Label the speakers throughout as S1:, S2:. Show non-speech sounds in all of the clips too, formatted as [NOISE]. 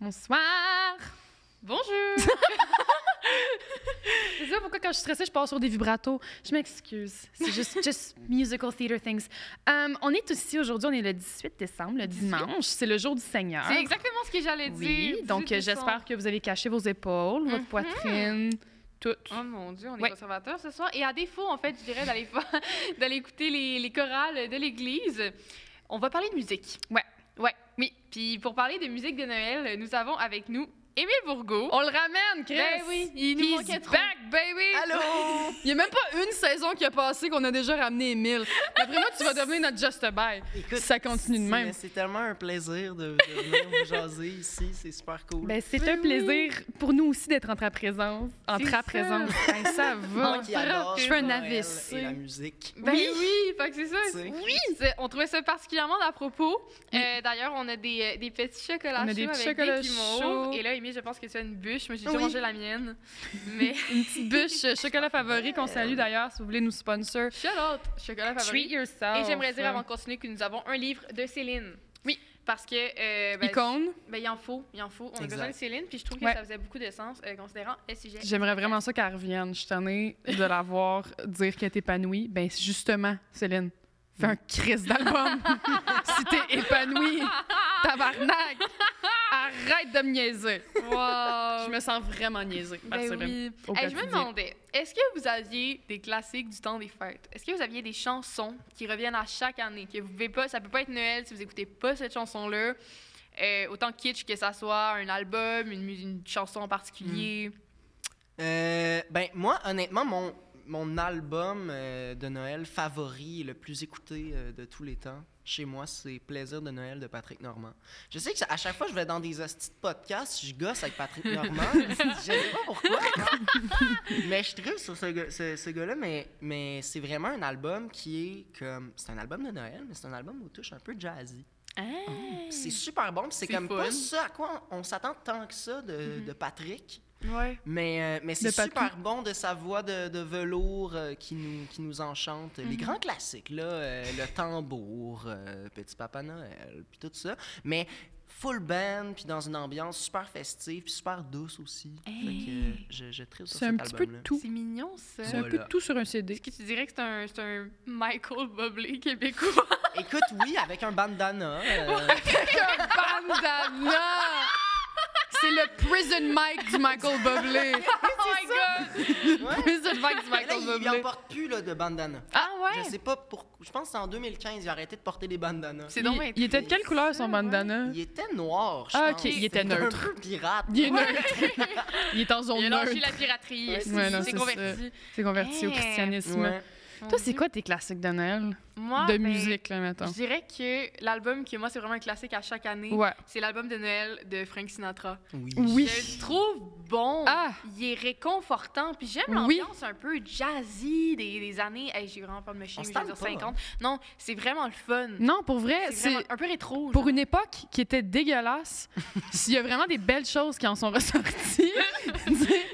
S1: Bonsoir.
S2: Bonjour!
S1: [LAUGHS] Je sais pas pourquoi quand je suis stressée, je pars sur des vibratos. Je m'excuse. C'est juste just musical theater things. Um, on est aussi aujourd'hui, on est le 18 décembre, le
S2: 18?
S1: dimanche. C'est le jour du Seigneur.
S2: C'est exactement ce que j'allais dire.
S1: Ah. Oui, donc
S2: 18
S1: euh,
S2: décembre.
S1: j'espère que vous avez caché vos épaules, votre
S2: Mhm.
S1: poitrine, tout.
S2: Oh mon Dieu, on est
S1: Ouais.
S2: conservateur ce soir. Et à défaut, en fait, je dirais d'aller fa- [LAUGHS] d'aller écouter les, les chorales de l'Église, on va parler de musique.
S1: Ouais.
S2: Ouais, oui. Puis pour parler de musique de Noël, nous avons avec nous Émile Bourgault.
S1: On le ramène, Chris!
S2: Ben oui, il nous
S1: He's
S2: manquait trop.
S1: back, baby!
S3: Allô?
S1: Il n'y a même pas une saison qui a passé qu'on a déjà ramené Emile. D'après moi, tu vas devenir notre Just a Buy.
S3: Écoute,
S1: Ça continue de
S3: c'est-
S1: même.
S3: mais C'est tellement un plaisir de, de venir vous jaser ici, c'est super cool.
S1: Ben, c'est
S2: Ben
S1: un
S2: oui.
S1: plaisir pour nous aussi d'être en ta présence. En
S2: C'est
S1: ta
S2: ça.
S1: présence. Ben, ça
S3: Moi
S1: va.
S3: qui adore
S1: Je fais un
S3: Noël
S1: AVC.
S3: Et la musique.
S2: Ben
S1: Oui.
S2: oui, fait que c'est ça.
S3: Tu sais.
S2: Oui, c'est- on trouvait ça particulièrement à propos. Euh, D'ailleurs, on a des, euh, des petits chocolats
S1: On a
S2: chauds
S1: des petits
S2: avec
S1: chocolats
S2: des guimauves.
S1: chauds.
S2: Et là, Émile, je pense que tu as une bûche. Moi, j'ai déjà
S1: Oui.
S2: mangé la mienne. Mais
S1: Une petite bûche euh, chocolat favori qu'on salue d'ailleurs si vous voulez nous sponsor.
S2: shout out, chocolat favori.
S1: Treat yourself.
S2: Et j'aimerais dire avant de continuer que nous avons un livre de Céline.
S1: Oui.
S2: Parce que. euh, ben,
S1: Icône.
S2: ben, il en faut, il en faut. On a
S3: Exact.
S2: besoin de Céline, puis je trouve que
S1: Ouais.
S2: ça faisait beaucoup de sens euh, considérant le sujet.
S1: J'aimerais vraiment ça qu'elle revienne. Je suis tannée de la voir dire qu'elle est épanouie. Ben justement, Céline, fais un crise [LAUGHS] d'album. si t'es épanouie, tabarnak, arrête de me niaiser.
S2: Wow!
S1: [LAUGHS] Je me sens vraiment niaisée. par
S2: Ben
S1: Céline.
S2: oui.
S1: au
S2: Hey, je me
S1: quotidien.
S2: demandais, est-ce que vous aviez des classiques du temps des fêtes? Est-ce que vous aviez des chansons qui reviennent à chaque année, que vous pouvez pas, ça peut pas être Noël si vous écoutez pas cette chanson-là, Euh, autant kitsch que ça soit un album, une, mu- une chanson en
S1: Mm.
S2: particulier.
S3: Euh, ben, moi, honnêtement, mon, mon album euh, de Noël favori, le plus écouté euh, de tous les temps, chez moi, c'est Plaisir de Noël de Patrick Normand. Je sais que ça- à chaque fois que je vais dans des hosties de podcasts, je gosse avec Patrick Normand. je sais pas pourquoi. mais je tripe sur ce, gars- ce- ce gars-là, mais, mais c'est vraiment un album qui est comme. C'est un album de Noël, mais c'est un album aux touches un peu jazzy.
S2: Ah,
S3: Puis C'est super bon, puis c'est
S2: C'est
S3: comme pas
S2: fun.
S3: ça à quoi on, on s'attend tant que ça de, de Patrick.
S2: Ouais.
S3: Mais, euh, mais c'est
S1: De papy.
S3: super bon de sa voix de, de velours euh, qui, nous, qui nous enchante.
S1: Mhm.
S3: Les grands classiques, là, euh, le tambour, euh, Petit Papa Noël, puis tout ça. Mais full band, puis dans une ambiance super festive, puis super douce aussi. Fait que euh, je, je tripe sur
S1: C'est un
S3: cet
S1: petit peu de
S3: album-là.
S1: tout.
S2: C'est mignon ça.
S1: C'est un peu de
S3: Voilà.
S1: tout sur un CD.
S2: Est-ce que tu dirais que c'est un, c'est un Michael
S1: [LAUGHS]
S2: Bublé québécois?
S3: Écoute, oui, avec un bandana. [LAUGHS] euh,
S1: Bandana! C'est le prison mic du Michael Bublé.
S2: oh my god!
S3: ouais.
S1: prison mic du
S3: Mais là,
S1: Michael
S3: il, il en
S1: Bublé.
S3: porte plus là, de bandana.
S2: Ah ouais!
S3: Je sais pas pourquoi. Je pense que c'est en 2015, il a arrêté de porter des bandanas.
S2: C'est donc bien
S1: il était de quelle
S2: triste,
S1: couleur
S2: ça,
S1: son bandana?
S3: Il était noir, je
S1: Ah,
S3: pense.
S1: ok, il était
S3: un peu
S1: neutre.
S3: pirate.
S1: Il est neutre. Il est en
S2: ouais.
S1: zone
S2: Il a lâché
S1: neutre.
S2: la piraterie.
S3: Ouais,
S2: c'est
S1: ouais,
S2: c'est
S1: non, c'est ça.
S2: converti.
S1: C'est converti au
S2: Eh.
S1: christianisme.
S3: Ouais.
S1: Toi, c'est quoi tes classiques de Noël?
S2: Moi,
S1: de
S2: ben,
S1: musique, là, mettons.
S2: Je dirais que l'album que moi, c'est vraiment un classique à chaque année,
S1: Ouais.
S2: c'est l'album de Noël de Frank Sinatra.
S3: Oui.
S1: Oui.
S2: Je le trouve bon.
S1: Ah!
S2: Il est réconfortant. Puis j'aime
S1: Oui.
S2: l'ambiance un peu jazzy des, des années. Hey, j'ai vraiment pas de me chier,
S3: On se
S2: je vais
S3: tanne
S2: dire
S3: pas.
S2: 50. Non, c'est vraiment le fun.
S1: Non, pour vrai,
S2: c'est vraiment
S1: c'est
S2: un peu rétro.
S1: pour
S2: genre.
S1: une époque qui était
S2: [LAUGHS]
S1: dégueulasse. S'il y a vraiment des belles choses qui en sont ressorties.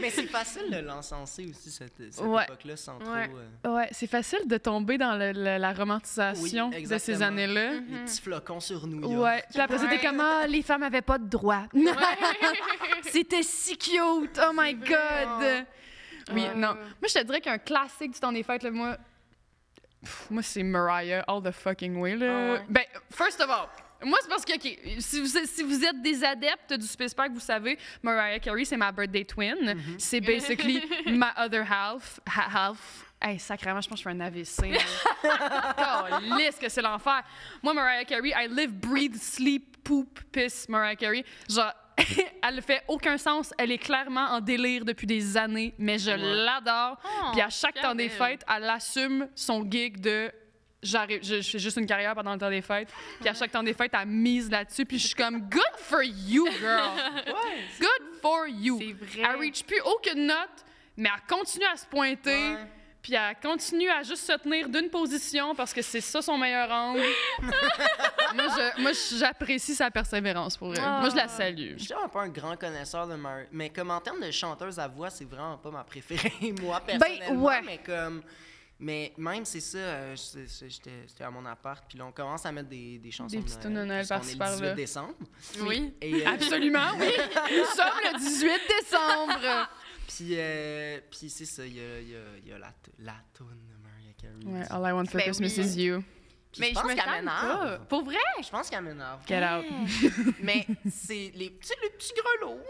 S3: Mais c'est facile de l'encenser aussi, cette, cette
S1: Ouais.
S3: époque-là, sans
S2: Ouais.
S3: trop... euh,
S1: ouais, c'est facile de tomber dans le- le- la romantisation
S3: Oui,
S1: de ces
S3: exactement.
S1: années-là.
S3: Les
S2: Mhm. [LAUGHS]
S3: petits flocons sur New York.
S1: Ouais. Puis après, ça,
S2: Ouais.
S1: t'es comme, ah, les femmes avaient pas de droit. [LAUGHS] C'était si cute. Oh my
S2: vrai.
S1: God. Oui,
S2: Ouais.
S1: non. Moi, je te dirais qu'un classique du temps des fêtes, là, moi, Pff, moi c'est Mariah all the fucking way. Là.
S2: Ah ouais.
S1: Ben, first of all, moi, c'est parce que, OK, si vous, si vous êtes des adeptes du Space Pack, vous savez, Mariah Carey, c'est ma birthday twin. C'est [LAUGHS] basically my other half. ha- half. Hey, sacrément, je pense que je fais un AVC. [LAUGHS] là. Calisse que c'est l'enfer. Moi, Mariah Carey, I live, breathe, sleep, poop, piss, Mariah Carey. Genre, [LAUGHS] elle fait aucun sens. Elle est clairement en délire depuis des années, mais je
S3: Ouais.
S1: l'adore.
S2: Oh,
S1: Puis à chaque temps des
S2: Carmel.
S1: fêtes, elle assume son gig de j'arrive, je, je fais juste une carrière pendant le temps des fêtes. Puis à chaque temps des fêtes, elle mise là-dessus. Puis je suis comme good for you, girl. Good for you.
S2: C'est vrai.
S1: Elle reach plus aucune note, mais elle continue à se pointer.
S3: Ouais.
S1: Puis elle continue à juste se tenir d'une position parce que c'est ça son meilleur angle.
S2: [LAUGHS]
S1: moi, je- moi, j'apprécie sa persévérance pour elle.
S2: Ah.
S1: Moi, je la salue.
S3: Je suis vraiment pas un grand connaisseur de Mary, [LAUGHS] mais comme en termes de chanteuse à voix, c'est vraiment pas ma préférée, moi, personnellement.
S1: Ben, ouais.
S3: Mais comme, Mais même, c'est ça, euh, c'est- c'est- j'étais j'étais à mon appart, puis là, on commence à mettre des, des chansons
S1: Des petites tunes de Noël
S3: parce qu'on
S1: par-ci,
S3: est le 18
S1: par-là.
S3: décembre.
S2: Oui.
S3: Et, euh,
S1: Absolument, oui. Nous sommes le 18
S2: [LAUGHS]
S1: décembre.
S3: puis, euh, puis c'est ça, il y a, il y a- il y a la, t- la toune de Mariah Carey.
S1: Ouais, All I Want for
S2: Ben
S1: Christmas
S2: oui.
S1: is You.
S3: Puis
S2: Mais
S3: je
S2: je
S3: pense
S2: me
S3: qu'elle
S2: calme pas.
S3: m'énerve.
S2: Pour vrai?
S3: Je pense qu'elle m'énerve.
S1: Get out.
S3: Mais
S1: [LAUGHS]
S3: c'est les petits, les petits grelots.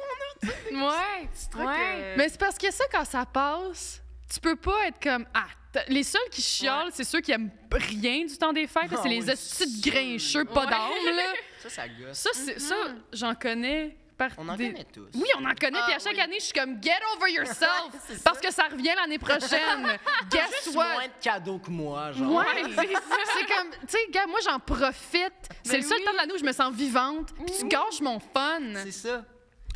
S2: Ouais. Ouais.
S1: Mais c'est parce que ça, quand ça passe, tu peux pas être comme. Ah, t'as- les seuls qui chiolent, c'est ceux qui aiment rien du temps des fêtes. là,
S3: Ah
S1: c'est les
S3: oui,
S1: astuces
S3: sûr.
S1: grincheux, pas
S2: Ouais.
S1: d'âme, là.
S3: Ça, ça gosse.
S1: Ça, c'est- ça j'en connais par
S3: On en
S1: des-
S3: connaît tous.
S1: Oui, on en connaît,
S2: Ah,
S1: puis à chaque
S2: oui.
S1: année, je suis comme Get over yourself!
S3: C'est
S1: parce que ça revient l'année prochaine. Guess
S3: Juste
S1: what?
S3: moins de cadeaux que moi, genre.
S1: Ouais, [LAUGHS] c'est ça, c'est comme, tu sais, gars, moi j'en profite. C'est
S2: Mais
S1: le seul
S2: oui.
S1: temps de l'année où je me sens vivante. Puis tu gâches mon fun.
S3: C'est ça.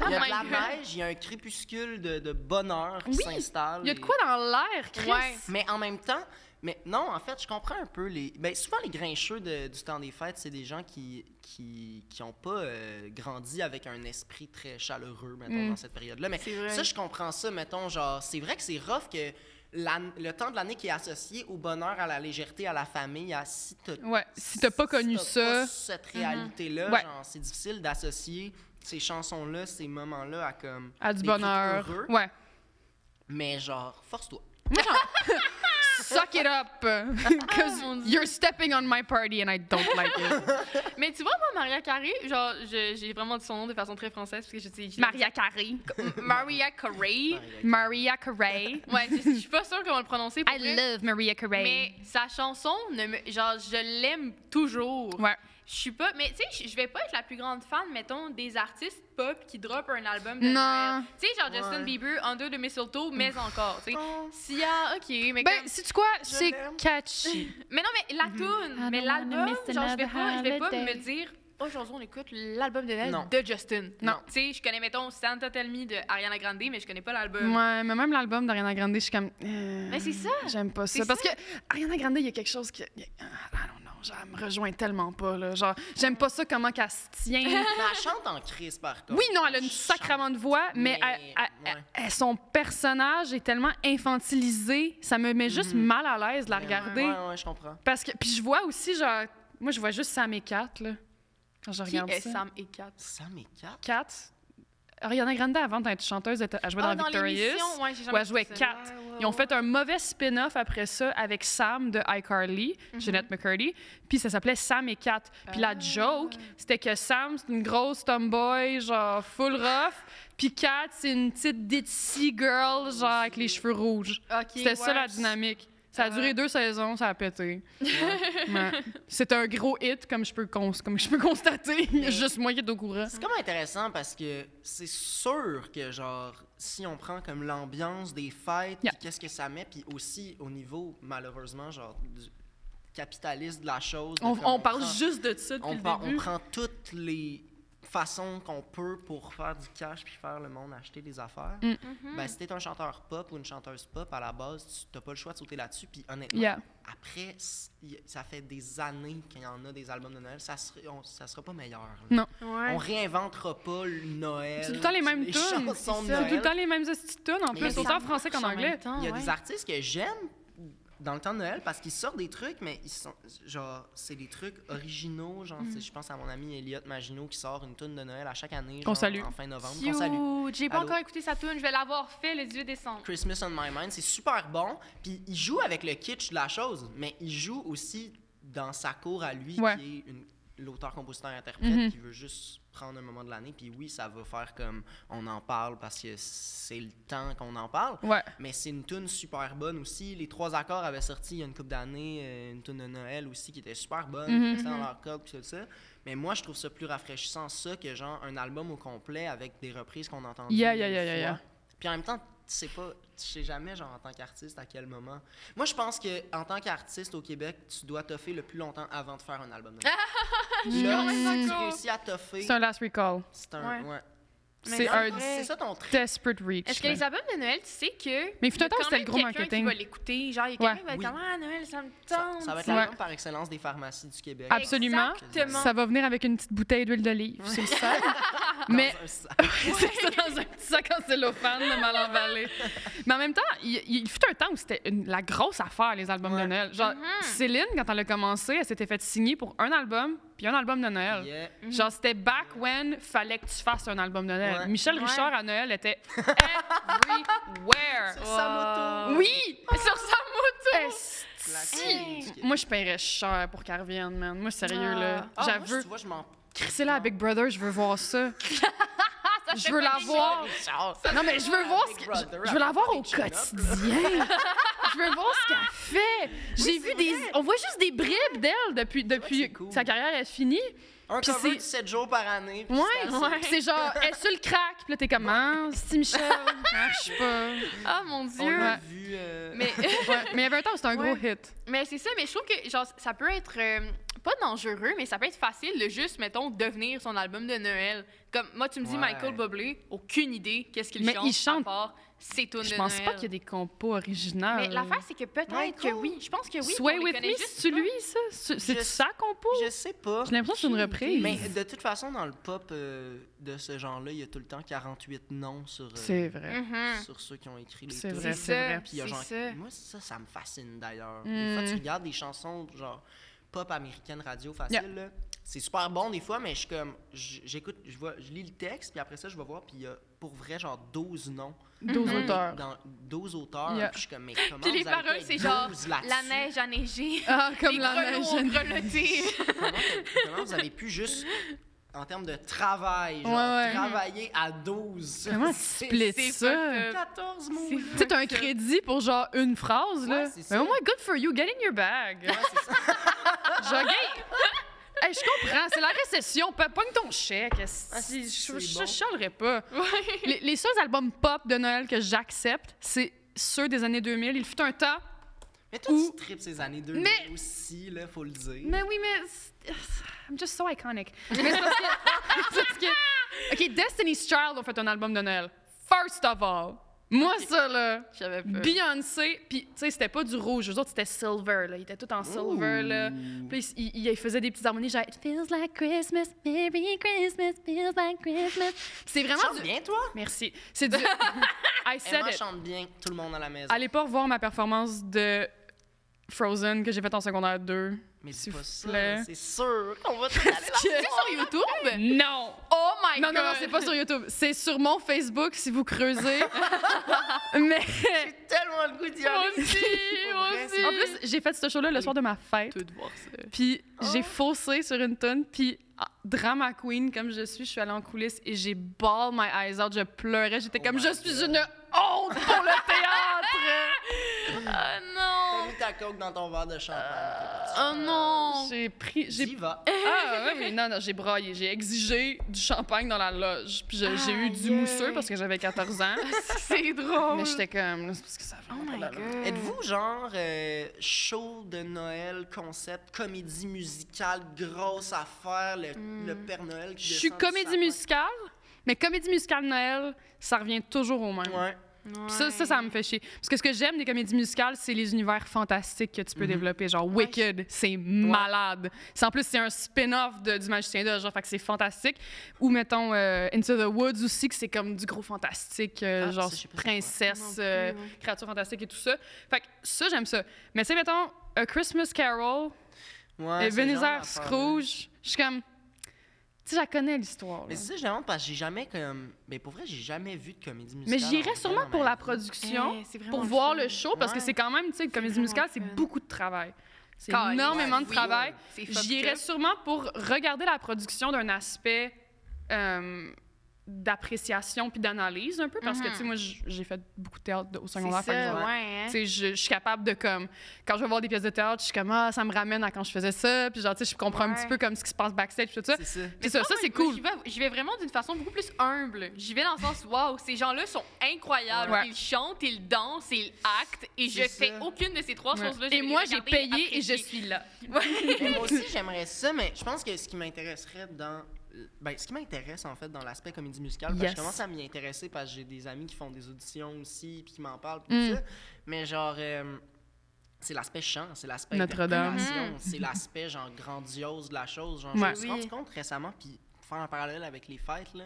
S1: Ah,
S2: Oh
S3: Il y a
S2: my
S3: de la
S2: God.
S3: neige, il y a un crépuscule de, de bonheur qui
S1: Oui,
S3: s'installe.
S1: Il y a de
S3: et-
S1: quoi dans l'air, Chris?
S2: Ouais.
S3: Mais en même temps, mais non, en fait, je comprends un peu les. Ben, souvent, les grincheux de- du temps des fêtes, c'est des gens qui qui qui ont pas euh, grandi avec un esprit très chaleureux, mettons,
S1: Mm.
S3: dans cette période-là. Mais
S2: C'est vrai.
S3: ça, je comprends ça, mettons, genre, c'est vrai que c'est rough que l'an- le temps de l'année qui est associé au bonheur, à la légèreté, à la famille, à si t'as
S1: Ouais, si t'as pas connu
S3: t'as
S1: ça. Mhm.
S3: pas cette réalité-là,
S1: Ouais.
S3: genre, c'est difficile d'associer ces chansons-là, ces moments-là à comme.
S1: À du
S3: des trucs
S1: bonheur.
S3: heureux.
S1: Ouais. [LAUGHS]
S3: Mais genre, force-toi.
S1: Suck it [LAUGHS] up! Because
S2: Ah, mon Dieu.
S1: you're stepping on my party and I don't like it.
S2: Mais tu vois, moi, Maria Carey, genre, je- j'ai vraiment dit son nom de façon très française parce que je
S1: [LAUGHS]
S2: dis.
S1: [LAUGHS] Maria Carey.
S2: Maria Carey.
S1: Maria Carey.
S2: Ouais, je je suis pas sûre comment le prononcer. pour
S1: I
S2: vrai.
S1: love Maria Carey.
S2: Mais sa chanson, ne me- genre, je l'aime toujours.
S1: Ouais.
S2: Je suis pas. Mais tu sais, je- je vais pas être la plus grande fan, mettons, des artistes pop qui droppent un album de
S1: Non.
S2: Noël. Tu sais, genre Justin
S3: Ouais.
S2: Bieber, Under the Mistletoe, mais encore. Tu sais,
S3: Oh.
S2: Sia, ok,
S1: Ben,
S2: mais. comme-
S1: c'est quoi? C'est
S3: l'aime.
S1: [LAUGHS] catchy.
S2: Mais non, mais la tune,
S1: Mm-hmm. I
S2: mais
S1: don't wanna
S2: l'album,
S1: miss
S2: genre, je vais
S1: another
S2: pas, je vais pas
S1: holiday.
S2: me dire. Aujourd'hui, on écoute l'album de Noël
S3: Non.
S2: de Justin.
S1: Non.
S2: Tu sais, je connais, mettons, Santa Tell Me de Ariana Grande, mais je connais pas l'album.
S1: Ouais, mais même l'album d'Ariana Grande, je suis comme. euh,
S2: Mais c'est ça.
S1: J'aime pas ça.
S2: C'est
S1: Parce que Ariana Grande, il y a quelque chose qui. il y a- Ah non, non, genre, elle me rejoint tellement pas, là. Genre, j'aime pas ça comment qu'elle se tient.
S3: Mais elle chante en crise, par contre.
S1: Oui, non, elle a une
S3: Elle chante.
S1: sacrament de voix, mais,
S3: Mais,
S1: elle- elle-
S3: ouais.
S1: elle- son personnage est tellement infantilisé, ça me met juste mal à l'aise de la regarder.
S3: Ouais, ouais, je comprends.
S1: Parce que, puis je vois aussi, genre, moi, je vois juste Sam et Kat, là, quand je
S2: Qui
S1: regarde
S2: est
S1: ça.
S2: Sam et Kat?
S3: Ça
S1: [LAUGHS]
S3: m'écarte.
S1: Kat, Ariana Grande, avant d'être chanteuse, elle jouait
S2: Ah,
S1: dans Victorious.
S2: l'émission, ouais, j'ai
S1: Où
S2: jamais
S1: elle jouait
S2: vu ça.
S1: Kat. Ils ont fait un mauvais spin-off après ça avec Sam de iCarly,
S3: Mhm.
S1: Jeanette McCurdy, puis ça s'appelait Sam et Kat. Puis
S3: Ah.
S1: la joke, c'était que Sam, c'est une grosse tomboy, genre full rough, puis Kat, c'est une petite ditzy girl, genre avec les cheveux rouges.
S2: Ok,
S1: C'était ça la
S2: ouais.
S1: dynamique. Ça a
S2: Ah.
S1: duré deux saisons, ça
S3: [LAUGHS]
S1: a pété. Ouais. C'était un gros hit, comme je peux, cons- comme je peux constater. Il y a [LAUGHS] juste moi qui est au courant.
S3: C'est comme intéressant parce que c'est sûr que, genre, si on prend comme l'ambiance des fêtes,
S1: Yeah.
S3: puis qu'est-ce que ça met, puis aussi au niveau, malheureusement, genre, du capitaliste de la chose. de
S1: On,
S3: comme
S1: on parle
S3: prend-
S1: juste de ça depuis
S3: on,
S1: le
S3: par- on
S1: début.
S3: prend toutes les façons qu'on peut pour faire du cash puis faire le monde acheter des affaires.
S1: Mm.
S3: Ben, si t'es un chanteur pop ou une chanteuse pop, à la base, tu n'as pas le choix de sauter là-dessus. Puis honnêtement,
S1: Yeah.
S3: après, s- y- ça fait des années qu'il y en a des albums de Noël, ça ne ça sera pas meilleur. là.
S1: Non.
S2: Ouais.
S3: On réinventera pas le Noël.
S1: C'est tout le temps les mêmes tunes.
S3: chansons de
S1: C'est tout le
S3: Noël.
S1: temps les mêmes hosties de tunes en
S3: Mais
S1: plus,
S3: ça
S1: autant en français qu'en
S2: marche en
S1: anglais.
S2: même temps,
S3: Il y a
S2: ouais.
S3: des artistes que j'aime dans le temps de Noël parce qu'ils sortent des trucs, mais ils sont genre c'est des trucs originaux. Genre,
S1: Mm.
S3: c'est- je pense à mon ami Elliot Maginot qui sort une tune de Noël à chaque année.
S1: Qu'on
S3: genre,
S1: salue.
S3: En fin novembre. Qu'on salue.
S2: Cute. J'ai pas
S3: Allô?
S2: encore écouté sa tune, je vais l'avoir fait le 18 décembre.
S3: Christmas on My Mind, c'est super bon. Puis il joue avec le kitsch de la chose, mais il joue aussi dans sa cour à lui
S1: Ouais.
S3: qui est une- l'auteur-compositeur-interprète qui veut juste prendre un moment de l'année. Puis oui, ça va faire comme on en parle parce que c'est le temps qu'on en parle.
S1: Ouais.
S3: Mais c'est une tune super bonne aussi. Les trois accords avaient sorti il y a une couple d'années, euh, une tune de Noël aussi qui était super bonne,
S1: Mhm,
S3: qui restait dans leur code, puis tout ça. Mais moi, je trouve ça plus rafraîchissant, ça, que genre un album au complet avec des reprises qu'on entend.
S1: Yeah, yeah, yeah, yeah, yeah.
S3: Puis en même temps, tu sais pas, tu sais jamais, genre, en tant qu'artiste, à quel moment. Moi, je pense que en tant qu'artiste au Québec, tu dois toffer le plus longtemps avant de
S1: Ah,
S3: faire un album. de Noël. Là,
S2: suis
S3: si tu
S2: d'accord.
S3: réussis à toffer,
S1: C'est un last recall.
S3: c'est un.
S2: Ouais.
S3: ouais.
S2: Mais
S1: C'est
S2: non,
S1: un
S2: ouais.
S3: C'est ça ton truc.
S1: desperate reach.
S2: Est-ce que
S1: là.
S2: les albums de Noël, tu sais que.
S1: Mais il fut
S2: y a
S1: un temps
S2: quand
S1: que c'était
S2: même
S1: le gros
S2: quelqu'un
S1: marketing.
S2: Qui va l'écouter. Genre, il y a quelqu'un
S1: Ouais.
S2: qui va être
S3: Oui.
S2: comme Ah, Noël, ça me
S3: Ça,
S2: tente.
S3: ça va être
S1: Ouais.
S3: l'album par excellence des pharmacies du Québec.
S1: Absolument.
S2: Exactement.
S1: Ça va venir avec une petite bouteille d'huile d'olive sur le sol.
S3: Dans
S1: [LAUGHS] Mais
S3: un sac.
S2: [LAUGHS]
S1: c'est ça dans un petit sac en cellophane de mal emballé. Mais en même temps, il, il fut un temps où c'était une- la grosse affaire, les albums de
S3: Ouais.
S1: Noël. Genre,
S2: Mhm.
S1: Céline, quand elle a commencé, elle s'était fait signer pour un album, puis un album de Noël.
S3: Yeah.
S1: Genre, c'était back when fallait que tu fasses un album de Noël.
S3: Ouais.
S1: Michel
S2: Ouais.
S1: Richard à Noël était everywhere.
S3: Sur sa
S2: Wow.
S3: moto.
S1: Oui! Sur sa moto!
S3: Claqué.
S1: Esti. Moi, je paierais cher pour qu'elle revienne, man. Moi, sérieux, là.
S3: Ah, moi,
S1: J'avoue.
S3: Tu vois, je m'en.
S1: C'est là à Big Brother, je veux
S3: [LAUGHS]
S1: voir ça. je veux la voir. Non, mais je veux voir ce que- je, je veux la voir au quotidien.
S3: [LAUGHS]
S1: je veux voir ce qu'elle fait. J'ai vu des. On voit juste des bribes d'elle depuis,
S3: que
S1: depuis
S3: c'est cool.
S1: sa carrière est finie.
S3: Un
S1: Puis
S3: cover
S1: c'est-
S3: de 7 jours par année. puis
S1: Ouais,
S3: c'est assez.
S1: Puis c'est genre, elle sur le crack. Puis là, t'es comme, hein, si Michel, marche
S3: [LAUGHS]
S1: pas.
S2: Ah, mon
S3: On
S2: Dieu.
S3: l'a
S1: Ouais.
S3: vu. euh,
S2: Mais, [LAUGHS]
S1: Ouais, mais il y avait un temps où c'était un gros
S2: Ouais.
S1: hit.
S2: mais c'est ça, mais je trouve que genre, ça peut être euh, pas dangereux, mais ça peut être facile de juste, mettons, devenir son album de Noël. Comme moi, tu me dis
S3: Ouais.
S2: Michael Bublé, aucune idée qu'est-ce qu'il
S1: Mais
S2: chante.
S1: il chante.
S2: À part ses tunes
S1: Je
S2: de
S1: pense pas
S2: Noël.
S1: qu'il y a des compos originales.
S2: Mais l'affaire, c'est que peut-être que
S3: Michael.
S2: oui. Je pense que oui.
S1: Sway
S2: on les
S1: With
S2: connaît
S1: Me,
S2: juste
S1: c'est-tu
S2: pas.
S1: lui, ça? C'est- C'est-tu
S3: Je-
S1: ça, compo?
S3: Je sais pas.
S1: J'ai l'impression que c'est une reprise.
S3: Mais de toute façon, dans le pop euh, de ce genre-là, il y a tout le temps 48 noms sur, euh,
S1: C'est vrai. Mm.
S2: Mhm.
S3: sur ceux qui ont écrit les
S1: C'est
S3: tunes.
S1: vrai,
S2: C'est
S1: c'est vrai.
S2: ça.
S3: Puis il y a
S2: C'est
S3: genre-
S2: ça.
S3: Moi, ça, ça me fascine d'ailleurs.
S1: Mm.
S3: Des fois, tu regardes des chansons genre pop américaine radio facile,
S1: Yeah.
S3: là. c'est super bon des fois, mais je suis comme, j- j'écoute, je vois, je lis le texte, puis après ça, je vais voir, puis il y a pour vrai genre 12 noms.
S2: Mm-hmm.
S1: Deux
S3: dans-
S1: auteurs.
S3: Dans 12 auteurs,
S1: Hmm. Yeah.
S3: puis je suis comme, mais comment
S2: Puis les
S3: vous avez pu
S2: paroles,
S3: être
S2: c'est genre
S3: 12 là-dessus?
S2: La neige a neigé.
S1: Ah, comme
S2: les
S1: la neige.
S2: grelots ont grelotté.
S1: [LAUGHS]
S3: comment, comment vous avez pu juste, en termes de travail, genre,
S1: Ouais, ouais.
S3: travailler à 12?
S1: Comment tu
S3: [LAUGHS] C'est-
S1: splits
S2: c'est
S1: ça?
S2: fucked up.
S3: 14 mots.
S2: C'est-
S1: Tu sais, t'as un crédit pour genre une phrase, là.
S3: Ouais, c'est
S1: mais
S3: ça.
S1: au moins, good for you, get in your bag.
S2: [LAUGHS]
S3: Ouais, c'est
S1: [LAUGHS]
S3: ça.
S1: Genre, gay. Hey, je comprends, c'est la récession. pa- Pogne ton chèque. esti.
S3: Ah, c'est-
S1: je,
S3: c'est
S1: je,
S3: bon.
S1: je chialerais pas. Les, les seuls albums pop de Noël que j'accepte, c'est ceux des années 2000. Il fut un temps.
S3: Mais toi,
S1: Ou-
S3: tu tripes ces années 2000
S1: Mais-
S3: aussi, là, faut le dire.
S1: Mais oui, mais. c'est- I'm just so iconic. [LAUGHS] Mais c'est parce que. c'est parce que- [LAUGHS] OK, Destiny's Child ont fait un album de Noël. First of all. Moi, ça, là.
S2: Je savais
S1: Euh.
S2: pas.
S1: Beyoncé, puis tu sais, c'était pas du rouge, eux autres c'était silver, là. Ils étaient tout en silver, là.
S3: Ouh.
S1: Puis ils, ils- ils faisaient des petites harmonies, genre It feels like Christmas, Merry Christmas, feels like Christmas. Puis c'est
S3: Tu
S1: vraiment
S3: chantes
S1: du.
S3: bien, toi?
S1: Merci. C'est [LAUGHS] du. I said
S3: Emma
S1: it.
S3: chante bien, tout le monde à la maison.
S1: Allez pas revoir ma performance de Frozen que j'ai faite en secondaire 2.
S3: Mais
S1: s'il
S3: c'est pas
S1: vous
S3: ça,
S1: plaît.
S3: là, c'est sûr qu'on
S1: [LAUGHS]
S3: va te aller là.
S2: C'est sur YouTube?
S1: Non!
S2: Oh my
S1: Non,
S2: god!
S1: non, non, c'est pas sur YouTube. C'est sur mon Facebook si vous
S2: [LAUGHS]
S1: creusez. Mais.
S3: J'ai tellement le goût
S1: Oh
S3: d'y
S2: Moi
S3: aller.
S2: aussi, moi aussi.
S1: En plus, j'ai fait ce show-là le soir de ma fête.
S2: [LAUGHS] tout de Oh. voir ça.
S1: Puis j'ai faussé sur une tonne, puis ah, drama queen comme je suis, je suis allée en coulisses et j'ai ball my eyes out, je pleurais, j'étais
S3: Oh
S1: comme
S3: my
S1: je suis
S3: God.
S1: une honte pour le théâtre.
S2: [LAUGHS] Ah
S3: T'as
S2: non!
S3: mis ta coke dans ton verre de champagne.
S2: Oh non!
S1: j'ai pris,
S3: J'y
S1: j'ai
S3: va.
S1: ah ouais, mais non non, j'ai braillé, j'ai exigé du champagne dans la loge, puis je- j'ai eu du
S2: Aïe.
S1: mousseux parce que j'avais 14 ans,
S2: C'est drôle!
S1: mais j'étais comme là, c'est parce que ça. a
S2: Oh
S1: vraiment pas
S2: my
S1: d'allure.
S2: god!
S3: Êtes-vous genre euh, show de Noël, concept, comédie musicale, grosse affaire, le, le Père Noël qui
S1: Hmm. Je suis
S3: descend du
S1: comédie
S3: sapin?
S1: musicale, mais comédie musicale Noël, ça revient toujours au même.
S3: Ouais.
S2: Ouais.
S1: Puis Ça, ça, ça me fait chier. Parce que ce que j'aime des comédies musicales, c'est les univers fantastiques que tu peux développer. Genre Wicked, c'est malade. C'est en plus, c'est un spin-off de- du Magicien d'Oz, genre, fait que c'est fantastique. Ou mettons euh, Into the Woods aussi, que c'est comme du gros fantastique, euh,
S3: Ah,
S1: genre
S3: ça, je sais pas c'est
S1: princesse,
S2: quoi.
S1: euh,
S2: Non plus, ouais.
S1: créature fantastique et tout ça. Fait que ça, j'aime ça. Mais tu sais, mettons A Christmas Carol,
S3: Ouais, Ah, c'est le genre
S1: Ebenezer
S3: d'affaire,
S1: Scrooge, je suis comme... Tu sais, je connais l'histoire.
S3: Mais
S1: là.
S3: c'est ça, je demande parce que j'ai jamais comme. Mais pour vrai, j'ai jamais vu de comédie musicale.
S1: Mais
S3: en
S1: j'irais
S3: vrai
S1: sûrement
S3: dans
S1: pour
S3: ma
S1: la
S3: vie.
S1: production.
S2: Eh, c'est vraiment
S1: pour voir
S2: fun.
S1: le show parce que
S3: Ouais.
S1: c'est quand même, tu sais, comédie
S2: vraiment
S1: musicale,
S2: le
S1: c'est
S2: fun.
S1: beaucoup de travail. C'est
S2: Calé.
S1: énormément
S2: Ouais,
S1: de
S2: oui.
S1: travail.
S2: C'est fucked
S1: J'irais
S2: up.
S1: sûrement pour regarder la production d'un aspect euh, d'appréciation puis d'analyse un peu parce que,
S2: Mhm.
S1: tu sais, moi, j- j'ai fait beaucoup de théâtre au
S2: C'est
S1: secondaire. fait que
S2: ça,
S1: je-
S2: ouais, hein.
S1: tu sais, je, je suis capable de comme quand je vais voir des pièces de théâtre, je suis comme ah ça me ramène à quand je faisais ça, puis genre tu sais je comprends un
S2: Ouais.
S1: petit peu comme ce qui se passe backstage puis tout ça.
S3: C'est ça.
S1: C'est ça, ça
S2: moi,
S1: c'est
S2: moi,
S1: cool.
S2: J'y vais, j'y vais vraiment d'une façon beaucoup plus humble. J'y vais dans le sens, waouh, ces gens-là sont incroyables.
S1: Ouais.
S2: Ils chantent, ils dansent, ils actent, et je
S3: C'est
S2: fais
S3: ça.
S2: aucune de ces trois
S1: Ouais.
S2: choses-là. Je
S1: Et
S2: vais
S1: moi
S2: les
S1: j'ai
S2: regarder
S1: payé et je
S2: apprécier.
S1: suis là. [LAUGHS]
S3: Mais moi aussi, j'aimerais ça, mais je pense que ce qui m'intéresserait dans ben, ce qui m'intéresse en fait dans l'aspect comédie musicale, parce
S1: Yes.
S3: que je commence à m'y intéresser parce que j'ai des amis qui font des auditions aussi, puis qui m'en parlent, puis
S1: Mm.
S3: tout ça. Mais genre, euh, c'est l'aspect chant, c'est l'aspect
S1: Notre-Dame.
S3: interprétation, c'est l'aspect genre grandiose de la chose. Genre,
S1: Mm-hmm. Ouais.
S3: Je me suis
S2: Oui.
S3: rendu compte récemment, puis pour faire un parallèle avec les fêtes, là,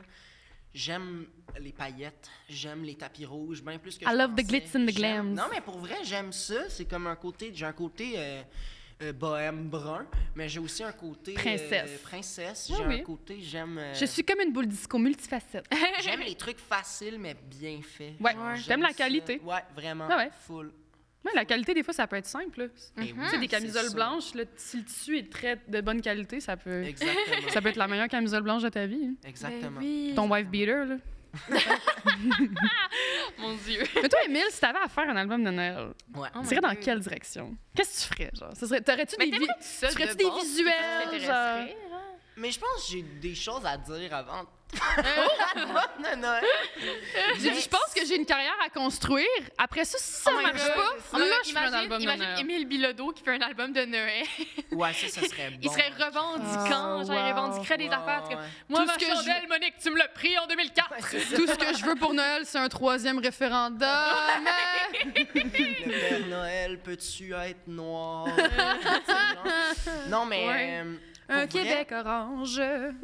S3: j'aime les paillettes, j'aime les tapis rouges, bien plus que
S1: I
S3: je
S1: love the
S3: pensais.
S1: glitz and the
S3: J'aime-
S1: glams.
S3: Non, mais pour vrai, j'aime ça. C'est comme un côté, j'ai un côté euh, euh, bohème brun, mais j'ai aussi un côté euh,
S1: Princesse.
S3: princesse.
S1: Oui,
S3: J'ai
S1: oui.
S3: un côté, j'aime. euh,
S1: Je suis comme une boule disco multifacette.
S3: J'aime les trucs faciles mais bien faits.
S1: Ouais,
S3: Genre,
S1: j'aime la
S3: ça.
S1: qualité.
S3: Ouais, vraiment.
S1: Ah ouais.
S3: Full.
S1: Ouais, la qualité, des fois, ça peut être simple. là.
S3: Ben oui,
S1: Tu sais, des
S3: c'est
S1: camisoles
S3: ça.
S1: blanches, là, si le tissu est très de bonne qualité, ça
S3: [LAUGHS]
S1: peut,
S3: Exactement.
S1: ça peut être la meilleure camisole blanche de ta vie. hein.
S2: Ben
S3: Exactement.
S1: Ton wife beater, là.
S2: Mon Dieu.
S1: [LAUGHS] Mais toi, Emile, si t'avais à faire un album de Noël,
S3: Ouais.
S2: Oh
S1: tu
S2: my
S1: irais dans
S2: God.
S1: quelle direction? Qu'est-ce que tu ferais, genre? Ça serait- T'aurais-tu
S2: Mais
S1: des, vi-
S2: t'aimerais-tu ça
S1: tu ferais-tu
S2: de
S1: des
S2: base?
S1: visuels,
S2: Ça t'intéresserait?
S3: Mais je pense que j'ai des choses à dire
S1: [LAUGHS] Oh
S3: avant. [LAUGHS] non, non.
S1: J'ai dit, je pense que j'ai une carrière à construire. Après ça, si ça
S2: Oh my
S1: marche
S2: God,
S1: pas,
S2: c'est ça.
S1: là, je fais un
S2: imagine,
S1: album de
S2: imagine
S1: Noël.
S2: Émile Bilodeau qui fait un album de Noël. [LAUGHS]
S3: Ouais, ça, ça
S1: [LAUGHS]
S3: serait bon.
S2: Il serait revendiquant,
S1: Ah,
S2: genre, il
S1: wow.
S2: revendiquerait des
S3: Ouais,
S2: affaires. en tout cas.
S3: ouais.
S2: Moi,
S1: Tout
S2: ma
S1: ce que je
S2: chandelle, Monique, tu me l'as pris en 2004.
S1: Tout ce que je veux pour Noël, c'est un troisième référendum. [LAUGHS]
S3: Le Père Noël, peux-tu être
S1: [LAUGHS]
S3: noir? [LAUGHS] Tu sais, genre. non, mais.
S1: Ouais.
S3: euh, pour
S1: un
S3: vrai,
S1: Québec orange.
S3: Mais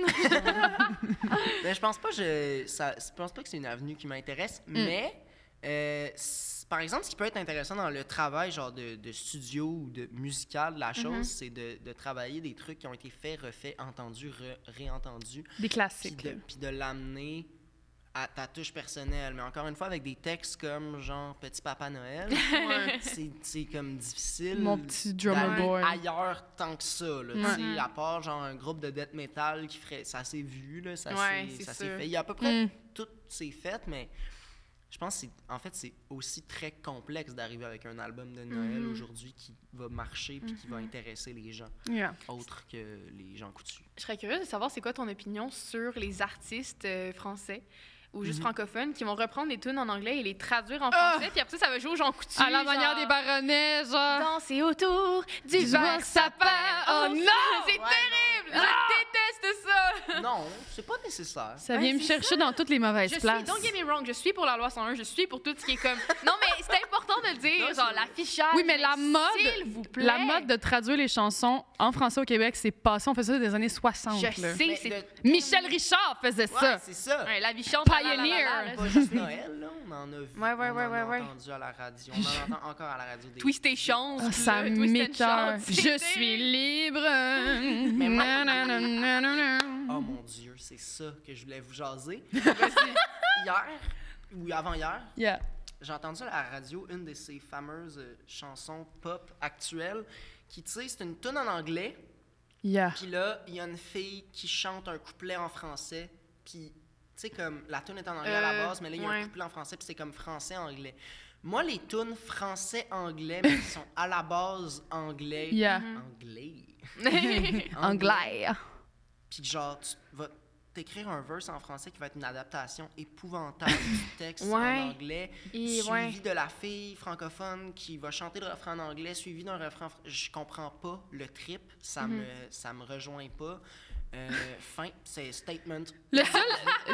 S3: Ben, je pense pas, je, ça, je pense pas que c'est une avenue qui m'intéresse,
S1: Mm.
S3: mais euh, c- par exemple, ce qui peut être intéressant dans le travail genre de, de studio ou de musical de la
S1: Mm-hmm.
S3: chose, c'est de, de travailler des trucs qui ont été faits, refaits, entendus, re- réentendus, puis
S1: Des classiques.
S3: de, puis de l'amener à ta touche personnelle. Mais encore une fois, avec des textes comme genre Petit Papa Noël,
S1: [LAUGHS]
S3: c'est- c'est comme difficile
S1: Mon petit drummer
S3: d'aller
S1: boy.
S3: ailleurs tant que ça. Là, tu
S1: Ouais.
S3: sais, À part genre un groupe de death metal qui ferait. Ça s'est vu, là, ça
S2: Ouais,
S3: s'est
S2: c'est Hmm.
S3: ça s'est
S2: sûr.
S3: fait. Il y a à peu près
S1: Mm.
S3: tout s'est fait, mais je pense que c'est- en fait, c'est aussi très complexe d'arriver avec un album de Noël
S2: Mm-hmm.
S3: aujourd'hui qui va marcher puis qui va intéresser les gens,
S1: Yeah.
S3: autres que les gens
S2: [LAUGHS]
S3: coutus.
S2: [LAUGHS] Je serais curieuse de savoir c'est quoi ton opinion sur les artistes euh, français ou juste
S3: Mhm.
S2: francophones qui vont reprendre les tunes en anglais et les traduire en
S1: Ah!
S2: français, puis après ça, ça va jouer aux gens coutus.
S1: À la manière des
S2: genre,
S1: baronnets, genre.
S2: Danser autour du
S1: Du
S2: vent
S1: vent sapin. Oh non!
S2: C'est terrible! Je déteste ça!
S3: non, c'est pas nécessaire.
S1: Ça
S2: Ouais,
S1: vient me
S2: c'est
S1: chercher dans toutes les mauvaises
S2: Je suis,
S1: places.
S2: don't get me wrong, je suis pour la loi 101, je suis pour tout ce qui est comme. Non, mais c'est important de le dire,
S3: Non,
S2: genre
S3: c'est-
S2: l'affichage.
S1: Oui, mais la mode-
S2: S'il vous plaît.
S1: La mode de traduire les chansons en français au Québec, c'est passé. On fait ça des années 60.
S2: Je
S1: là.
S2: sais,
S3: Mais
S2: c'est.
S3: de-
S1: Michel Richard faisait
S3: Ouais,
S1: ça.
S3: c'est ça.
S2: Ouais, la vie chante.
S1: Pioneer.
S2: la, la, la, la,
S3: Pas
S2: la.
S3: juste Noël, là, on en a vu.
S2: Ouais, ouais,
S3: on
S2: ouais,
S3: en
S2: ouais,
S3: a
S2: ouais.
S3: entendu à la radio. On en entend encore à la radio des.
S2: Twist et chance.
S1: Ah, ça
S2: le twist and
S1: m'écoeure.
S2: shout, c'est
S1: Je suis
S2: [LAUGHS] terrible.
S1: libre.
S3: Mais moi-
S1: Nanananana.
S3: Oh mon Dieu, c'est ça que je voulais vous jaser. hier, ou avant-hier,
S1: Yeah.
S3: j'ai entendu à la radio une de ces fameuses euh, chansons pop actuelles qui, tu sais, c'est une tune en anglais,
S1: Yeah.
S3: puis là, il y a une fille qui chante un couplet en français, puis, tu sais, comme la tune est en anglais à
S2: Euh,
S3: la base, mais là, il y a
S2: ouais.
S3: un couplet en français, puis c'est comme français-anglais. Moi, les tunes français-anglais, mais qui sont à la base anglais,
S1: [LAUGHS] Yeah.
S3: anglais,
S1: Anglais.
S3: puis que genre tu vas t'écrire un verse en français qui va être une adaptation épouvantable
S2: [LAUGHS]
S3: du texte
S2: Ouais.
S3: en anglais
S2: Et
S3: suivi
S2: ouais.
S3: de la fille francophone qui va chanter le refrain en anglais suivi d'un refrain fr- je comprends pas le trip ça
S2: Mm-hmm.
S3: me ça me rejoint pas Euh, [LAUGHS] fin c'est statement
S1: Le seul,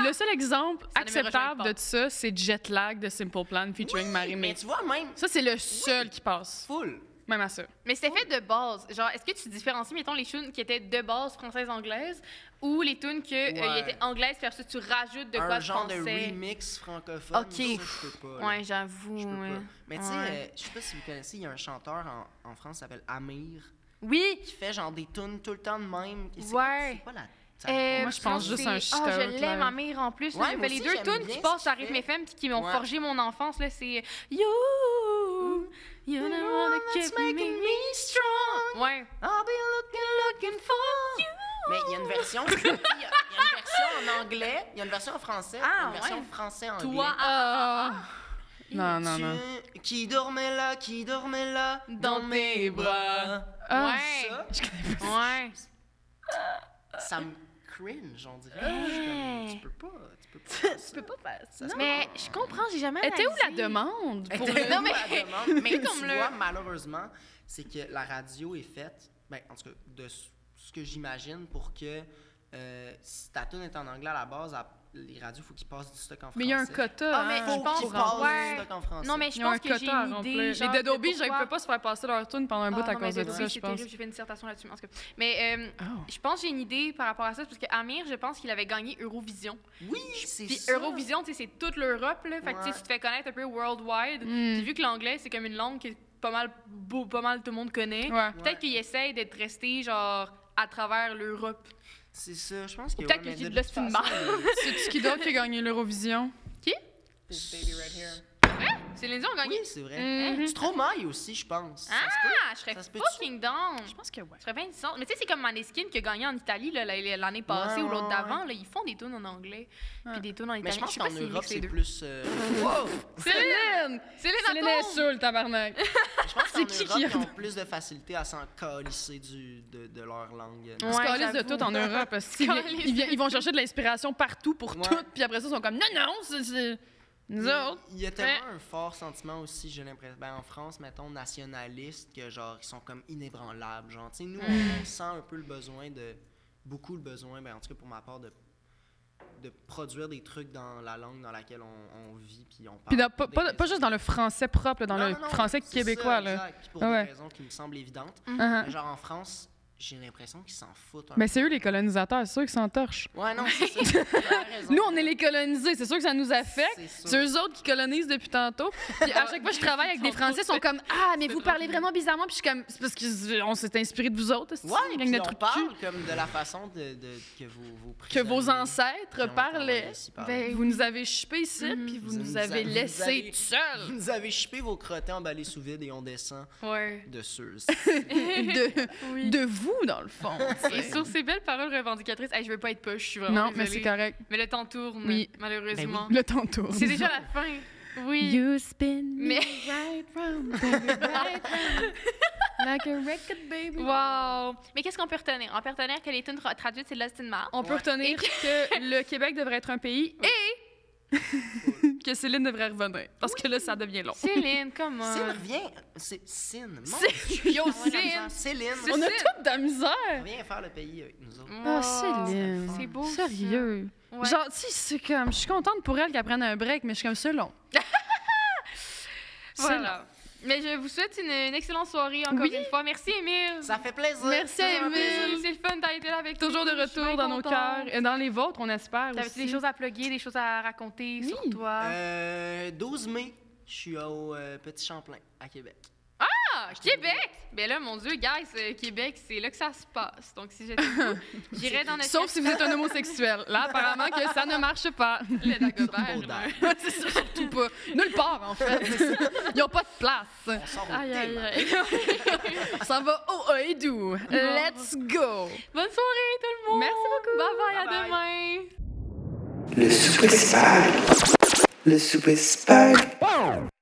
S1: le seul exemple
S2: Ça ne me rejoint
S1: acceptable
S2: pas.
S1: de ça, c'est Jet Lag de Simple Plan featuring Marie
S3: mais
S1: May.
S3: tu vois même
S1: Ça, c'est le seul qui passe.
S3: full
S1: Même à ça.
S2: Mais c'était fait de base. Genre, est-ce que tu différencies, mettons, les tunes qui étaient de base françaises-anglaises ou les tunes que euh,
S3: Ouais.
S2: ils étaient anglaises, versus tu rajoutes de quoi
S3: un
S2: de
S3: genre de
S2: français?
S3: remix francophone
S2: Ok.
S3: ça, je peux pas là.
S2: Ouais, j'avoue.
S3: Je peux
S2: ouais.
S3: pas. Mais tu sais,
S2: Ouais.
S3: euh, je sais pas si vous connaissez, il y a un chanteur en, en France qui s'appelle Amir.
S2: Oui,
S3: qui fait genre des tunes tout le temps de même. Et c'est-
S2: Ouais.
S3: C'est pas la. ça
S2: Euh,
S3: me
S1: Moi, je pense
S2: c'est-
S1: juste à un
S2: Ah,
S1: shooter,
S2: je
S1: Claire.
S2: l'aime, ma mère, en plus.
S3: Ouais,
S2: j'ai
S3: moi
S2: fait les
S3: aussi,
S2: deux
S3: j'aime
S2: tunes
S3: bien ce
S2: qui passent à
S3: qu'il
S2: Rythme
S3: fait.
S2: FM puis qui m'ont
S3: Ouais.
S2: forgé mon enfance. là, C'est You, you
S3: You're
S2: don't
S3: the
S2: wanna
S3: one that's
S2: keep
S3: making
S2: me.
S3: me strong.
S2: Ouais.
S3: I'll be looking, looking for you. Mais il y a une
S2: [LAUGHS]
S3: version, il y a, il y a une version en anglais, il y a une version en français,
S2: Ah,
S3: une version
S2: ouais.
S3: français-anglais.
S2: Toi,
S1: Ah, Non, non, non.
S3: Tu- Qui dormait là, qui dormait là,
S2: Dans
S3: dans mes
S2: tes
S3: bras.
S1: Ah,
S2: ouais.
S3: Ça,
S2: Ouais.
S3: ça me cringe, on dirait. Je suis comme, tu peux pas, tu
S2: [LAUGHS]
S3: peux pas. tu peux pas faire ça.
S2: Mais je comprends, j'ai jamais.
S1: Elle était où la
S2: analysé.
S1: demande? Pour
S3: Pour
S1: le-
S3: le
S2: Non,
S3: coup,
S2: [LAUGHS] mais-
S3: à demande. Mais
S2: comme
S3: tu
S2: le-
S3: vois, malheureusement, c'est que la radio est faite, ben, en tout cas, de ce ce que j'imagine, pour que euh, si ta tune est en anglais à la base, à- les radios, faut qu'ils passent du stock en français.
S1: Mais il y a un quota.
S2: Ah, mais
S1: hein,
S2: je
S3: Faut
S2: pense-
S3: qu'ils
S1: pour
S3: passent
S1: en-
S2: Ouais.
S3: du stock en français.
S2: Non, mais je
S1: Il y a un
S2: pense que j'ai
S1: quota à
S2: une
S1: remplir.
S2: idée.
S1: Les
S2: genre,
S1: Dead Obies,
S2: pourquoi-
S1: ils peuvent pas se faire passer leur tune pendant un bout
S2: Ah,
S1: à
S2: non,
S1: cause
S2: mais
S1: de
S2: Dead
S1: ça,
S2: Obies,
S1: je
S2: c'est
S1: pense. Oh.
S2: terrible, J'ai fait une dissertation là-dessus. mais en tout cas. Mais euh, je pense que j'ai une idée par rapport à ça, parce que Amir, je pense qu'il avait gagné Eurovision.
S3: Oui, c'est
S2: Puis
S3: ça.
S2: Eurovision, tu sais, c'est toute l'Europe, là. Fait que tu
S3: Ouais. Hmm.
S2: sais, tu te fais connaître un peu worldwide. Puis vu que l'anglais, c'est comme une langue que pas mal, beau- pas mal tout le monde connaît,
S1: Ouais.
S2: peut-être qu'il essaye d'être resté, genre, à travers l'Europe.
S3: C'est ça, je pense que.
S2: Ou peut-être
S3: ouais,
S2: que
S3: mais
S2: je dis de
S3: toute façon,
S2: l'ostinement.
S3: [LAUGHS] euh,
S1: C'est qui d'autre qui a gagné l'Eurovision?
S3: This baby right here.
S2: Céline Dion a gagné.
S3: Oui, c'est vrai.
S2: eh.
S1: Mhm.
S3: Stromae aussi, je pense. Ça se peut.
S2: Mm. Ah, je serais
S3: Ça se peut-tu?
S2: fucking down.
S1: Je pense que ouais.
S2: Je serais bien distante. Mais tu sais, c'est comme Maneskin qui a gagné en Italie là, la- l'année passée ou
S3: ouais,
S2: l'autre
S3: ouais.
S2: d'avant. là. Ils font des tunes en anglais,
S1: Ouais.
S2: puis des tunes en
S3: Mais
S2: italien.
S3: je pense
S2: sais pas
S3: qu'en
S2: s'ils mixent
S3: Europe,
S2: les
S3: c'est
S2: deux.
S3: plus. euh, [LAUGHS]
S1: Céline!
S2: Céline
S1: Céline
S2: Dion!
S1: est sur le tabarnak.
S3: Je pense qu'en
S1: Ah, C'est qui qui
S3: Europe, ils
S1: a-
S3: ont plus de facilité à s'en calisser du, de, de leur langue.
S1: On se
S2: Ouais,
S1: calisse de [LAUGHS]
S2: j'avoue.
S1: tout en Europe. parce qu'ils vi-
S2: Calisse.
S1: ils, vi- ils vont chercher de l'inspiration partout pour
S3: Ouais.
S1: tout, puis après ça, ils sont comme non, non, c'est- c'est nous autres.
S3: Il y a tellement un fort sentiment aussi, j'ai l'impression, ben, en France, mettons, nationaliste, que genre, ils sont comme inébranlables. Genre, tu sais, nous,
S1: Mm.
S3: on sent un peu le besoin de, beaucoup le besoin, ben, en tout cas pour ma part, de, de produire des trucs dans la langue dans laquelle on, on vit, puis on parle.
S1: Puis dans-
S3: pour
S1: pas,
S3: des
S1: pas- pas
S3: raisons-
S1: juste dans le français propre, là, dans
S3: Non,
S1: le
S3: non, non,
S1: français
S3: c'est ça,
S1: québécois. là. Ah
S3: exact, puis pour
S1: Ouais.
S3: des raisons qui me semblent évidentes.
S1: Uh-huh.
S3: Mais genre, en France, j'ai l'impression qu'ils s'en foutent un
S1: Mais c'est eux les colonisateurs, c'est eux qui s'entorchent.
S3: peu. Ouais, non, c'est ça.
S1: [LAUGHS]
S3: t'as raison.
S1: Nous, on est les colonisés, c'est sûr que ça nous affecte.
S3: C'est
S1: C'est
S3: sûr.
S1: eux autres qui colonisent depuis [LAUGHS] tantôt. Puis à chaque fois que je travaille avec des Français, ils sont comme Ah, mais vous parlez vraiment bizarrement. Puis je suis comme C'est parce qu'on s'est inspiré de vous autres. c'est-tu,
S3: Ouais,
S1: gang
S3: puis
S1: de
S3: on
S1: trucs de cul,
S3: parle comme de la façon de, de- que vos, vos
S1: que vos
S3: prisonniers qui
S1: ancêtres
S3: ont
S1: parlaient.
S3: travaillé ici parlaient.
S1: Ben, Mhm. vous nous avez chipés ici, puis vous, nous avez
S3: vous
S1: laissés
S3: avez-
S1: seuls.
S3: Vous nous avez chipé vos crottins emballés sous vide et on descend [LAUGHS]
S2: Ouais.
S3: de
S1: [LAUGHS]
S3: ceux
S1: De,
S2: Oui.
S1: de vous, dans le [LAUGHS] fond. tu sais.
S2: Et sur ces belles paroles revendicatrices, hey, je veux pas être poche, je suis
S1: Non,
S2: vraiment
S1: mais c'est
S2: désolée.
S1: correct.
S2: Mais le temps tourne,
S1: Oui.
S3: Ben
S2: malheureusement.
S1: Le temps tourne. [LAUGHS]
S2: C'est déjà la fin. Oui.
S1: You spin
S2: Mais-
S1: me right [LAUGHS] round, baby, right round. Like a record, baby.
S2: Wow! Mais qu'est-ce qu'on peut retenir? On peut retenir que les tunes tra- traduites, c'est de l'Austin Mars.
S1: On peut
S3: Ouais.
S1: retenir que le Québec devrait être un pays et que Céline devrait revenir. Parce que là, ça devient long.
S2: Céline, [LAUGHS] comment?
S3: Céline revient. C'est Cine. Mon Dieu,
S2: Yo,
S3: on a de la
S2: Céline!
S3: misère. Céline.
S1: On a
S2: Céline.
S1: toute de la misère.
S3: Viens faire le pays avec nous autres.
S2: Wow.
S1: C'est
S2: C'est beau, ça.
S1: Ah, Sérieux.
S2: Ouais.
S1: Genre, tu sais, c'est comme. Je suis contente pour elle qu'elle prenne un break, mais je suis comme, c'est [LAUGHS] long. C'est long.
S2: Voilà. Mais je vous souhaite une, une excellente soirée encore
S1: Oui.
S2: une fois. Merci, Émile.
S3: Ça fait plaisir.
S1: Merci
S2: Toujours
S1: à
S2: un plaisir.
S1: Émile.
S2: C'est le fun d'avoir été là avec
S1: Toujours
S2: nous.
S1: de
S2: Je suis
S1: retour
S2: bien
S1: dans nos
S2: contente.
S1: cœurs et dans les vôtres, on espère.
S2: T'avais-tu
S1: aussi.
S2: des choses à plugger, des choses à raconter
S1: Oui.
S2: sur toi?
S3: Euh, 12 mai, je suis au euh, Petit Champlain, à Québec.
S2: Ah, Québec! Ben là, mon Dieu, guys, euh, Québec, c'est là que ça se passe. Donc,
S1: [LAUGHS]
S2: si j'étais vous, j'irais dans notre
S1: Sauf si vous êtes un homosexuel. Là, apparemment que ça ne marche
S2: [LAUGHS]
S1: pas. [LAUGHS]
S2: le Dagobert.
S3: Surtout Baudin.
S1: c'est ça, surtout pas. Nulle part, en
S2: [LAUGHS]
S1: fait. Ils n'ont pas de place.
S3: On sort au
S2: Aïe, aïe,
S3: thème.
S2: aïe.
S1: Ça va au Oedu. Let's go.
S2: Bonne soirée, tout le monde!
S1: Merci beaucoup.
S2: Bye-bye, à
S3: Bye-bye.
S2: demain!
S4: Le Super Spy. Le Super Spy.